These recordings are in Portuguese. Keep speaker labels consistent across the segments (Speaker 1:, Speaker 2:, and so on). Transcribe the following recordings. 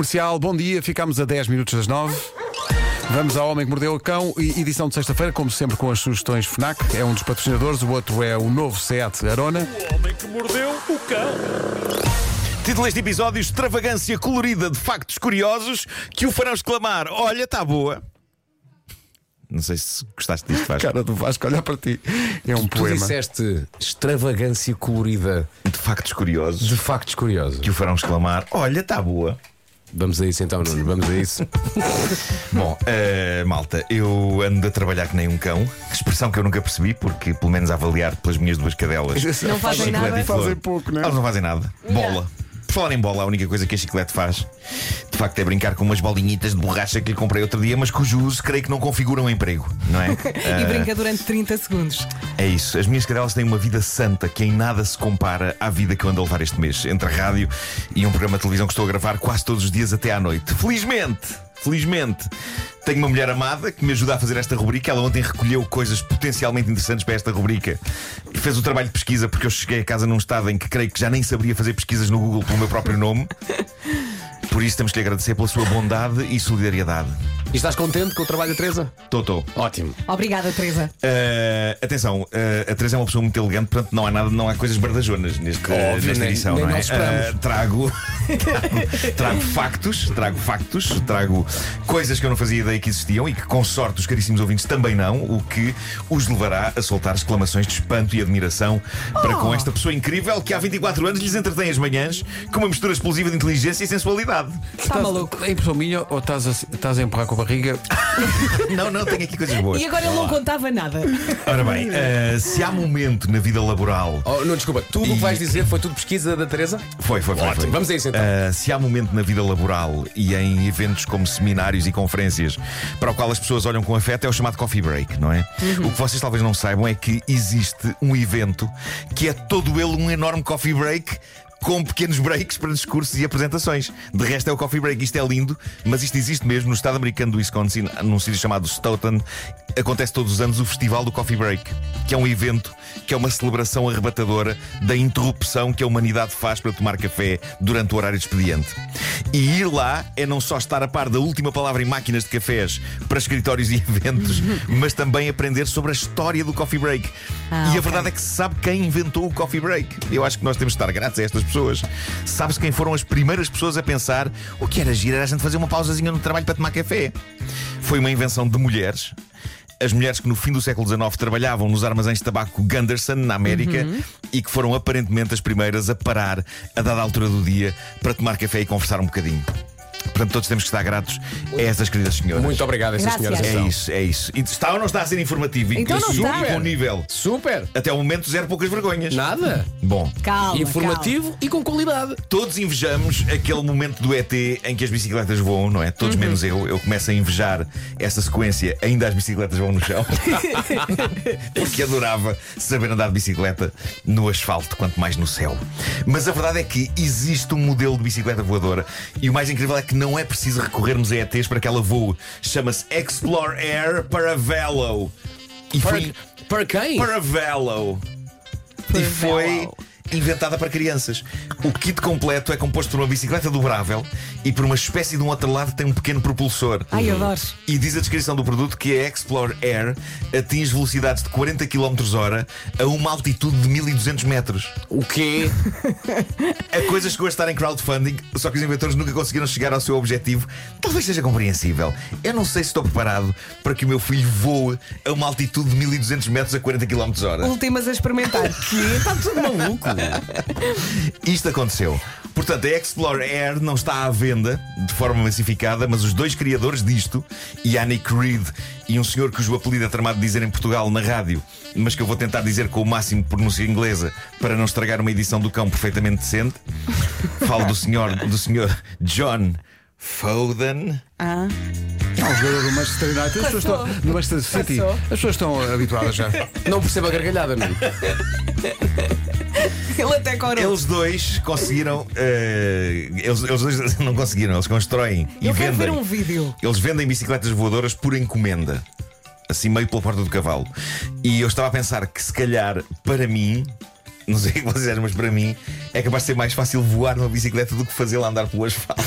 Speaker 1: Comercial, bom dia, ficamos a 10 minutos das 9. Vamos ao Homem que Mordeu o Cão, e- edição de sexta-feira, como sempre, com as sugestões FNAC. É um dos patrocinadores, o outro é o novo SEAT Arona.
Speaker 2: O homem que mordeu o cão.
Speaker 3: Título deste episódio: Extravagância colorida de factos curiosos que o farão exclamar: Olha, está boa. Não sei se gostaste disto, Vasco.
Speaker 1: Cara do Vasco, olhar para ti. É um
Speaker 4: Tu
Speaker 1: poema.
Speaker 4: disseste extravagância colorida
Speaker 3: De factos curiosos
Speaker 4: de factos curiosos.
Speaker 3: que o farão exclamar: Olha, está boa.
Speaker 4: Vamos a isso então, Nuno, vamos a isso.
Speaker 3: Bom, eh, malta, eu ando a trabalhar que nem um cão. Expressão que eu nunca percebi, porque, pelo menos a avaliar pelas minhas duas cadelas,
Speaker 1: Não
Speaker 3: Fazem
Speaker 5: Fazem nada.
Speaker 3: e flor.
Speaker 1: Fazem pouco, não é?
Speaker 3: Elas não fazem nada. Bola. Por falar em bola, a única coisa que a chiclete faz, de facto, é brincar com umas bolinhitas de borracha que lhe comprei outro dia, mas cujo uso creio que não configura um emprego, não é?
Speaker 5: E
Speaker 3: Ah,
Speaker 5: brinca durante 30 segundos.
Speaker 3: É isso, as minhas cadelas têm uma vida santa que em nada se compara à vida que eu ando a levar este mês, entre a rádio e um programa de televisão que estou a gravar quase todos os dias até à noite. Felizmente, felizmente, tenho uma mulher amada que me ajuda a fazer esta rubrica. Ela ontem recolheu coisas potencialmente interessantes para esta rubrica e fez o trabalho de pesquisa porque eu cheguei a casa num estado em que creio que já nem saberia fazer pesquisas no Google pelo meu próprio nome. Por isso temos que lhe agradecer pela sua bondade e solidariedade.
Speaker 4: E estás contente com o trabalho da Teresa?
Speaker 3: Totó.
Speaker 4: Ótimo.
Speaker 5: Obrigada, Teresa.
Speaker 3: Uh, atenção, uh, a Teresa é uma pessoa muito elegante, portanto não há nada, não há coisas bardajonas neste,
Speaker 4: Óbvio,
Speaker 3: nesta
Speaker 4: nem-
Speaker 3: edição,
Speaker 4: nem
Speaker 3: não é?
Speaker 4: nós esperamos.
Speaker 3: Uh, trago, trago, trago factos, trago factos, trago coisas que eu não fazia ideia que existiam e que, com sorte, os caríssimos ouvintes também não, o que os levará a soltar exclamações de espanto e admiração para com
Speaker 4: Oh.
Speaker 3: esta pessoa incrível que há 24 anos lhes entretém as manhãs com uma mistura explosiva de inteligência e sensualidade.
Speaker 5: Está Tá maluco.
Speaker 1: É impressão minha ou estás a, estás a empurrar com a barriga?
Speaker 3: Não, não, tenho aqui coisas boas.
Speaker 5: E agora ele não contava nada.
Speaker 3: Ora bem, uh, se há momento na vida laboral
Speaker 4: Oh, não, desculpa, tudo o que vais dizer foi tudo pesquisa da Teresa?
Speaker 3: Foi, foi, foi.
Speaker 4: Ótimo.
Speaker 3: foi.
Speaker 4: Vamos a isso, então.
Speaker 3: Ah, se há momento na vida laboral e em eventos como seminários e conferências para o qual as pessoas olham com afeto, é o chamado coffee break, não é?
Speaker 4: Uhum.
Speaker 3: O que vocês talvez não saibam é que existe um evento que é todo ele um enorme coffee break. Com pequenos breaks para discursos e apresentações. De resto, é o coffee break. Isto é lindo, mas isto existe mesmo no estado americano do Wisconsin, num sítio chamado Stoughton. Acontece todos os anos o Festival do Coffee Break, que é um evento que é uma celebração arrebatadora da interrupção que a humanidade faz para tomar café durante o horário de expediente. E ir lá é não só estar a par da última palavra em máquinas de cafés para escritórios e eventos, mas também aprender sobre a história do coffee break.
Speaker 5: Ah,
Speaker 3: e a
Speaker 5: ok.
Speaker 3: verdade é que se sabe quem inventou o coffee break. Eu acho que nós temos de estar gratos a estas pessoas. Sabe-se quem foram as primeiras pessoas a pensar o que era giro era a gente fazer uma pausazinha no trabalho para tomar café. Foi uma invenção de mulheres. As mulheres que no fim do século XIX trabalhavam nos armazéns de tabaco Gunderson, na América,
Speaker 5: Uhum.
Speaker 3: e que foram aparentemente as primeiras a parar a dada altura do dia para tomar café e conversar um bocadinho. Portanto, todos temos que estar gratos a estas queridas senhoras.
Speaker 4: Muito obrigado, Então. estas
Speaker 5: Graças.
Speaker 4: senhoras.
Speaker 3: É isso, é isso. E está ou não está a ser informativo? E-
Speaker 5: Então não
Speaker 3: e
Speaker 5: está.
Speaker 3: bom nível.
Speaker 4: Super!
Speaker 3: Até o momento, zero poucas vergonhas.
Speaker 4: Nada!
Speaker 3: Bom,
Speaker 5: Calma.
Speaker 4: Informativo e com qualidade.
Speaker 3: todos invejamos aquele momento do ET em que as bicicletas voam, não é? Todos menos eu. Eu começo a invejar essa sequência, ainda as bicicletas vão no chão. Porque adorava saber andar de bicicleta no asfalto, quanto mais no céu. Mas a verdade é que existe um modelo de bicicleta voadora e o mais incrível é que não é preciso recorrermos a ETs para que ela voe. Chama-se Explore Air Paravelo. E
Speaker 4: Para,
Speaker 3: foi
Speaker 4: para quem?
Speaker 3: Paravelo. E
Speaker 5: Paravelo.
Speaker 3: foi inventada para crianças. O kit completo é composto por uma bicicleta dobrável e por uma espécie de um outro lado que tem um pequeno propulsor.
Speaker 5: Ai, adoro.
Speaker 3: E diz a descrição do produto que a Explore Air atinge velocidades de 40 km hora a uma altitude de 1200 metros.
Speaker 4: O quê?
Speaker 3: A coisa chegou a estar em crowdfunding, só que os inventores nunca conseguiram chegar ao seu objetivo. Talvez seja compreensível. Eu não sei se estou preparado para que o meu filho voe a uma altitude de 1200 metros a 40 km hora.
Speaker 5: Últimas a experimentar. tá
Speaker 4: Está tudo maluco.
Speaker 3: Isto aconteceu. Portanto, a Explore Air não está à venda de forma massificada, mas os dois criadores disto, Yannick Reed e um senhor cujo apelido é tramado de dizer em Portugal na rádio, mas que eu vou tentar dizer com o máximo de pronúncia inglesa para não estragar uma edição do cão perfeitamente decente. Falo do senhor, do senhor John Foden.
Speaker 5: Ah.
Speaker 1: Não, o É um jogador do Manchester United. As pessoas estão, do Manchester City.
Speaker 5: Passou.
Speaker 1: As pessoas estão habituadas já.
Speaker 4: Não percebo a gargalhada, Nuno.
Speaker 5: Ele até corou.
Speaker 3: Eles dois conseguiram. eh, eles, eles dois não conseguiram, eles constroem e
Speaker 5: Eu quero
Speaker 3: vendem.
Speaker 5: ver um vídeo.
Speaker 3: Eles vendem bicicletas voadoras por encomenda. Assim, meio pela porta do cavalo. E eu estava a pensar que, se calhar, para mim, não sei o que vocês acham, mas para mim, é capaz de ser mais fácil voar numa bicicleta do que fazê-la andar pelo asfalto.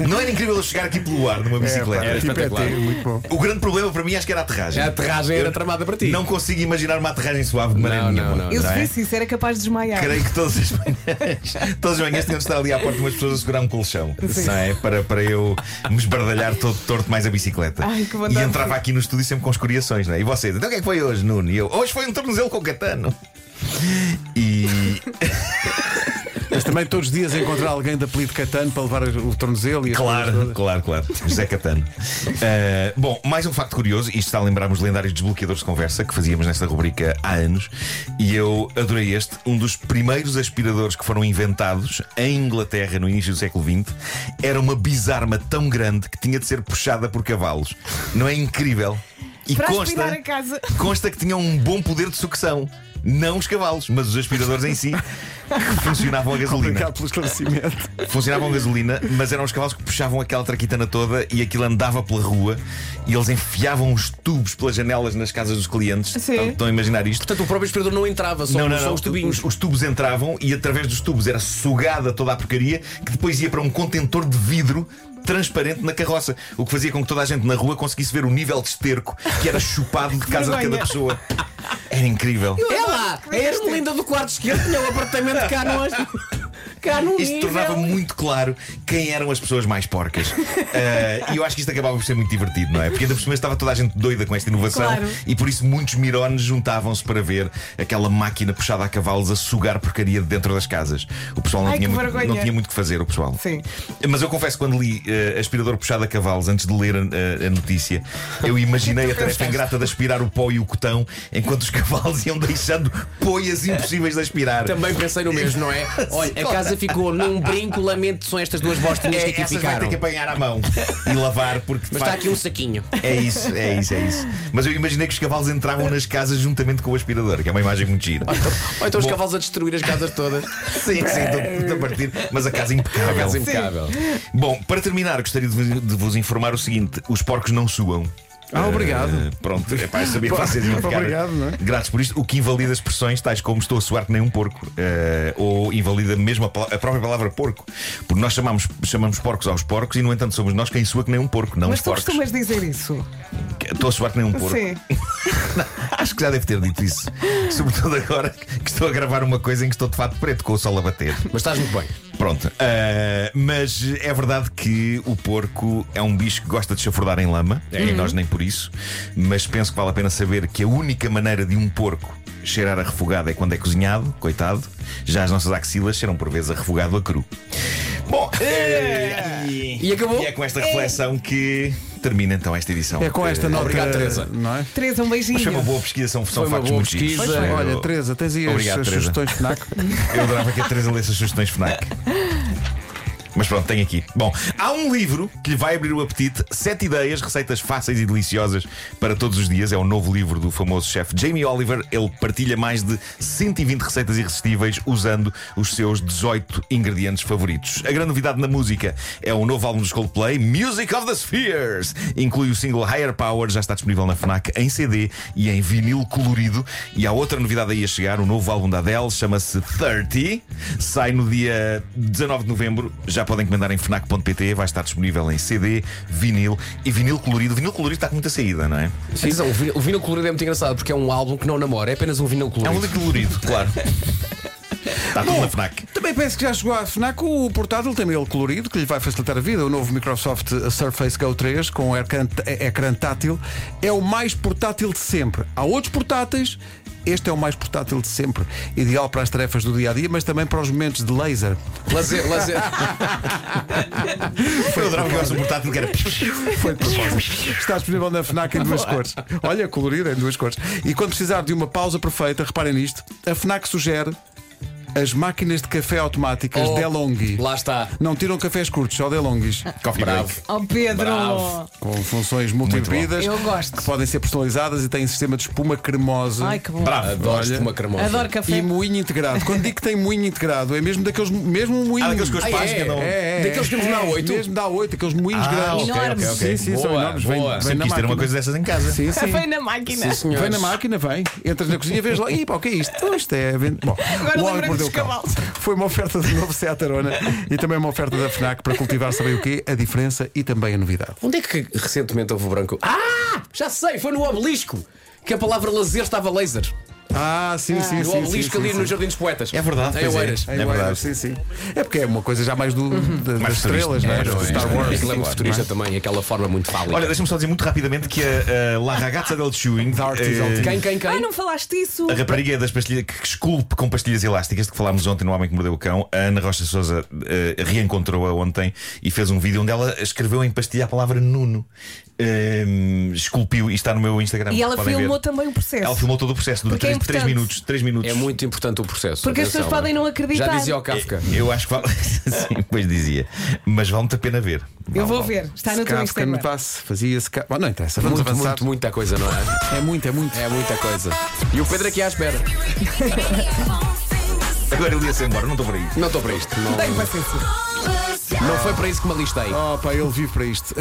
Speaker 3: não era incrível eu chegar aqui pelo ar numa bicicleta.
Speaker 4: era
Speaker 1: tipo
Speaker 4: espetacular.
Speaker 1: ET, muito bom.
Speaker 3: O grande problema para mim acho que era a aterragem.
Speaker 4: A aterragem era tramada para ti.
Speaker 3: Não consigo imaginar uma aterragem suave de maneira
Speaker 4: Não, não,
Speaker 3: nenhuma.
Speaker 4: não, não.
Speaker 5: Eu, se
Speaker 3: é?
Speaker 5: fosse isso, era capaz de desmaiar.
Speaker 3: Creio que todas as manhãs, todas as manhãs tinham de estar ali à porta umas pessoas a segurar um colchão,
Speaker 5: Sim.
Speaker 3: não é? Para, para eu me esbardalhar todo torto mais a bicicleta.
Speaker 5: Ai, que
Speaker 3: e
Speaker 5: vontade.
Speaker 3: entrava aqui no estúdio sempre com as coriações, não é? E vocês, então o que é que foi hoje, Nuno? E eu, hoje foi um tornozelo com catano. E
Speaker 1: Mas também todos os dias encontrar alguém da apelido Catano para levar o tornozelo e as coisas
Speaker 3: Claro,
Speaker 1: todas.
Speaker 3: claro, claro. José Catano. Uh, bom, mais um facto curioso. Isto está a lembrar-me os lendários desbloqueadores de conversa que fazíamos nesta rubrica há anos. E eu adorei este. Um dos primeiros aspiradores que foram inventados em Inglaterra no início do século XX era uma bisarma tão grande que tinha de ser puxada por cavalos. Não é incrível? E
Speaker 5: Para
Speaker 3: consta, é?
Speaker 5: aspirar a casa.
Speaker 3: consta que tinham um bom poder de sucção. Não os cavalos, mas os aspiradores em si, que funcionavam a gasolina.
Speaker 1: Obrigado pelo esclarecimento.
Speaker 3: Funcionavam a gasolina, mas eram os cavalos que puxavam aquela traquitana toda e aquilo andava pela rua e eles enfiavam os tubos pelas janelas nas casas dos clientes.
Speaker 5: Sim.
Speaker 3: Estão, estão a imaginar isto?
Speaker 4: Portanto, o próprio aspirador não entrava, só, só os tubinhos.
Speaker 3: Os, os tubos entravam e através dos tubos era sugada toda a porcaria que depois ia para um contentor de vidro transparente na carroça, o que fazia com que toda a gente na rua conseguisse ver o nível de esterco que era chupado de casa de cada
Speaker 5: vergonha.
Speaker 3: pessoa. Era incrível.
Speaker 4: É lá! É esta
Speaker 5: tipo.
Speaker 4: linda do quarto esquerdo, tinha o apartamento cá no. cá no.
Speaker 3: Isto
Speaker 4: nível.
Speaker 3: tornava muito claro quem eram as pessoas mais porcas. Eh, E eu acho que isto acabava por ser muito divertido, não é? Porque ainda por cima estava toda a gente doida com esta inovação
Speaker 5: Claro.
Speaker 3: e por isso muitos mirones juntavam-se para ver aquela máquina puxada a cavalos a sugar porcaria de dentro das casas. O pessoal não,
Speaker 5: Ai,
Speaker 3: tinha,
Speaker 5: que
Speaker 3: muito,
Speaker 5: vergonha.
Speaker 3: não tinha muito o que fazer, o pessoal.
Speaker 5: Sim.
Speaker 3: Mas eu confesso que quando li eh, aspirador puxado a cavalos antes de ler eh, a, a- a notícia, eu imaginei a tarefa ingrata de aspirar o pó e o cotão enquanto os cavalos iam deixando poias impossíveis de aspirar.
Speaker 4: Também pensei no mesmo, não é? Olha, a casa ficou num brinco, lamento são estas duas bostinhas
Speaker 3: É,
Speaker 4: que aqui
Speaker 3: essas vai ter
Speaker 4: ficaram.
Speaker 3: que apanhar à mão e lavar, porque de
Speaker 4: Mas está
Speaker 3: facto,
Speaker 4: aqui um saquinho.
Speaker 3: é isso, é isso, é isso. Mas eu imaginei que os cavalos entravam nas casas juntamente com o aspirador, que é uma imagem muito gira.
Speaker 4: Ou então os
Speaker 3: Bom.
Speaker 4: cavalos a destruir as casas todas.
Speaker 3: Sim, sim, estou-
Speaker 1: é.
Speaker 3: estou a partir, mas a casa é impecável.
Speaker 4: Casa impecável.
Speaker 3: Bom, para terminar, gostaria de vos, de vos informar o seguinte: os porcos não suam.
Speaker 1: Ah, obrigado.
Speaker 3: Eh, pronto, é pá, eu sabia que vocês iam ficar
Speaker 1: Obrigado, não é?
Speaker 3: gratos por isto, o que invalida expressões tais como estou a suar que nem um porco, eh, ou invalida mesmo a, pala- a própria palavra porco, porque nós chamamos, chamamos porcos aos porcos e, no entanto, somos nós quem sua que nem um porco, não
Speaker 5: Mas
Speaker 3: os
Speaker 5: tu
Speaker 3: porcos.
Speaker 5: costumas dizer isso?
Speaker 3: Estou a suar que nem um porco.
Speaker 5: Sim.
Speaker 3: Acho que já deve ter dito isso, sobretudo agora que estou a gravar uma coisa em que estou de fato preto com o sol a bater.
Speaker 4: Mas estás muito bem.
Speaker 3: Pronto, ah, mas é verdade que o porco é um bicho que gosta de chafurdar em lama, e nós nem por isso, mas penso que vale a pena saber que a única maneira de um porco cheirar a refogado é quando é cozinhado, coitado, já as nossas axilas cheiram por vezes a refogado a cru. Bom, e,
Speaker 4: E acabou?
Speaker 3: e é com esta reflexão que termina então esta edição.
Speaker 1: É com esta
Speaker 3: Eh,
Speaker 1: nota.
Speaker 4: Obrigado, Teresa.
Speaker 1: Não é?
Speaker 5: Teresa, um beijinho.
Speaker 3: Mas foi uma boa pesquisa, são, são
Speaker 4: Foi uma
Speaker 3: factos
Speaker 4: boa
Speaker 3: muito giros.
Speaker 4: pesquisa. Pois foi.
Speaker 1: Olha,
Speaker 3: Eu-
Speaker 1: Teresa, tens aí
Speaker 3: Obrigado,
Speaker 1: as, as
Speaker 3: Teresa.
Speaker 1: sugestões FNAC?
Speaker 3: Eu adorava que a Teresa lesse as sugestões FNAC. Mas pronto, tem aqui. Bom, há um livro que lhe vai abrir o apetite: Sete ideias, receitas fáceis e deliciosas para todos os dias. É o novo livro do famoso chefe Jamie Oliver. Ele partilha mais de 120 receitas irresistíveis usando os seus 18 ingredientes favoritos. A grande novidade na música é o novo álbum dos Coldplay, Music of the Spheres. Inclui o single Higher Power, já está disponível na Fnac em CD e em vinil colorido. E há outra novidade aí a chegar: o novo álbum da Adele chama-se 30. Sai no dia 19 de novembro. Já podem encomendar em fnac.pt. Vai estar disponível em CD, vinil e vinil colorido. Vinil colorido está com muita saída, não é?
Speaker 4: Atenção, o vinil- o vinil colorido é muito engraçado porque é um álbum que não namora, é apenas um vinil
Speaker 3: É um
Speaker 4: colorido.
Speaker 3: vinil colorido, claro. Está tudo na Fnac.
Speaker 1: Também penso que já chegou à FNAC o portátil, também ele colorido, que lhe vai facilitar a vida. O novo Microsoft Surface Go 3 com um ecrã, ecrã tátil é o mais portátil de sempre. Há outros portáteis, este é o mais portátil de sempre. Ideal para as tarefas do dia a dia, mas também para os momentos de laser.
Speaker 4: Lazer, lazer.
Speaker 3: Foi o drama que eu acho um portátil que era.
Speaker 1: Foi de propósito. Está disponível na FNAC em duas cores. Olha, colorido em duas cores. E quando precisar de uma pausa perfeita, reparem nisto, a FNAC sugere as máquinas de café automáticas
Speaker 4: Oh,
Speaker 1: DeLonghi.
Speaker 4: Lá está.
Speaker 1: Não tiram cafés curtos, só DeLonghi's.
Speaker 3: Coffee break.
Speaker 5: Oh, Pedro.
Speaker 4: Bravo.
Speaker 1: Com funções multibebidas
Speaker 5: Eu gosto.
Speaker 1: que podem ser personalizadas e têm sistema de espuma cremosa
Speaker 5: Ai, que bom.
Speaker 3: Bravo.
Speaker 4: Adoro
Speaker 1: Olha.
Speaker 4: uma cremosa.
Speaker 5: Adoro café.
Speaker 1: e moinho integrado. Quando digo que tem moinho integrado, é mesmo daqueles mesmo um moinho.
Speaker 3: Ah, daqueles com as
Speaker 4: Ah,
Speaker 3: pás
Speaker 4: é?
Speaker 3: que andam.
Speaker 1: É, é,
Speaker 4: Daqueles que temos na
Speaker 1: é,
Speaker 4: A8?
Speaker 1: Mesmo dá 8, aqueles moinhos
Speaker 3: Ah,
Speaker 1: grandes.
Speaker 3: ok, ok, ok.
Speaker 1: Sim, sim, são
Speaker 4: Boa,
Speaker 1: enormes. Vem,
Speaker 4: boa.
Speaker 1: vem
Speaker 3: Sempre
Speaker 1: na
Speaker 3: quis ter
Speaker 1: máquina.
Speaker 3: uma coisa dessas em casa.
Speaker 1: Sim, sim.
Speaker 5: Foi na máquina.
Speaker 4: Sim, senhor.
Speaker 1: Vem na máquina, vem. Entras na cozinha, vês lá. Ih, pá, o que é isto? Isto é. a venda- Bom,
Speaker 5: Agora
Speaker 1: o Homem Mordeu perdeu
Speaker 5: lembrei-me
Speaker 1: o carro. Foi uma oferta de novo Seat Arona e também uma oferta da FNAC para cultivar, sabem o quê? A diferença e também a novidade.
Speaker 4: Onde é que recentemente houve o branco? Ah! Já sei, foi no obelisco que a palavra lazer estava laser.
Speaker 1: Ah, sim, sim,
Speaker 4: No
Speaker 1: sim. sim,
Speaker 4: obelisco
Speaker 1: sim,
Speaker 4: ali
Speaker 1: sim.
Speaker 4: nos Jardim dos Poetas.
Speaker 3: É verdade,
Speaker 4: Em
Speaker 3: pois é.
Speaker 4: Oeiras.
Speaker 1: Em
Speaker 3: É
Speaker 1: Wales,
Speaker 3: verdade.
Speaker 1: sim, sim. É porque é uma coisa já mais do, da- das
Speaker 3: Mais
Speaker 1: estrelas, não é?
Speaker 3: futurista, é,
Speaker 1: Star
Speaker 3: é,
Speaker 1: Wars.
Speaker 4: Aquilo é muito futurista também, aquela forma muito fálica.
Speaker 3: Olha, deixa-me só dizer muito rapidamente que a, a La Ragazza del Chewing, eh,
Speaker 4: quem, quem, quem?
Speaker 5: Ai, Ah, não falaste isso!
Speaker 3: a rapariga das pastilhas que esculpe com pastilhas elásticas, de que falámos ontem no Homem que Mordeu o Cão, a Ana Rocha Souza eh, reencontrou-a ontem e fez um vídeo onde ela escreveu em pastilha a palavra Nuno. Eh, esculpiu e está no meu Instagram.
Speaker 5: E ela
Speaker 3: podem ver.
Speaker 5: filmou também o processo.
Speaker 3: Ela filmou todo o processo, dura
Speaker 5: Porque é
Speaker 3: 3,
Speaker 5: importante.
Speaker 3: minutos. 3 minutos. É,
Speaker 4: É muito importante o processo.
Speaker 5: Porque as
Speaker 4: atenção,
Speaker 5: pessoas podem não
Speaker 4: Já
Speaker 5: acreditar.
Speaker 4: dizia o Kafka.
Speaker 3: Eu acho que vale. Sim, pois dizia. Mas vale muito a pena ver.
Speaker 5: Eu
Speaker 3: Vale,
Speaker 5: vou
Speaker 3: vale.
Speaker 5: ver, está no teu
Speaker 1: Kafka
Speaker 5: Instagram.
Speaker 1: notasse, fazia-se. ca- Bom, Não interessa, vamos
Speaker 4: Muito,
Speaker 1: avançar.
Speaker 4: muito, muita coisa, não é?
Speaker 1: É muito, é muito.
Speaker 4: É muita coisa. E o Pedro aqui à espera.
Speaker 3: Agora ele ia-se embora, não estou para isso.
Speaker 4: Não estou para isto. Não,
Speaker 5: Tenho paciência.
Speaker 4: não foi para isso que me alistei.
Speaker 1: Oh, pá, ele vive para isto.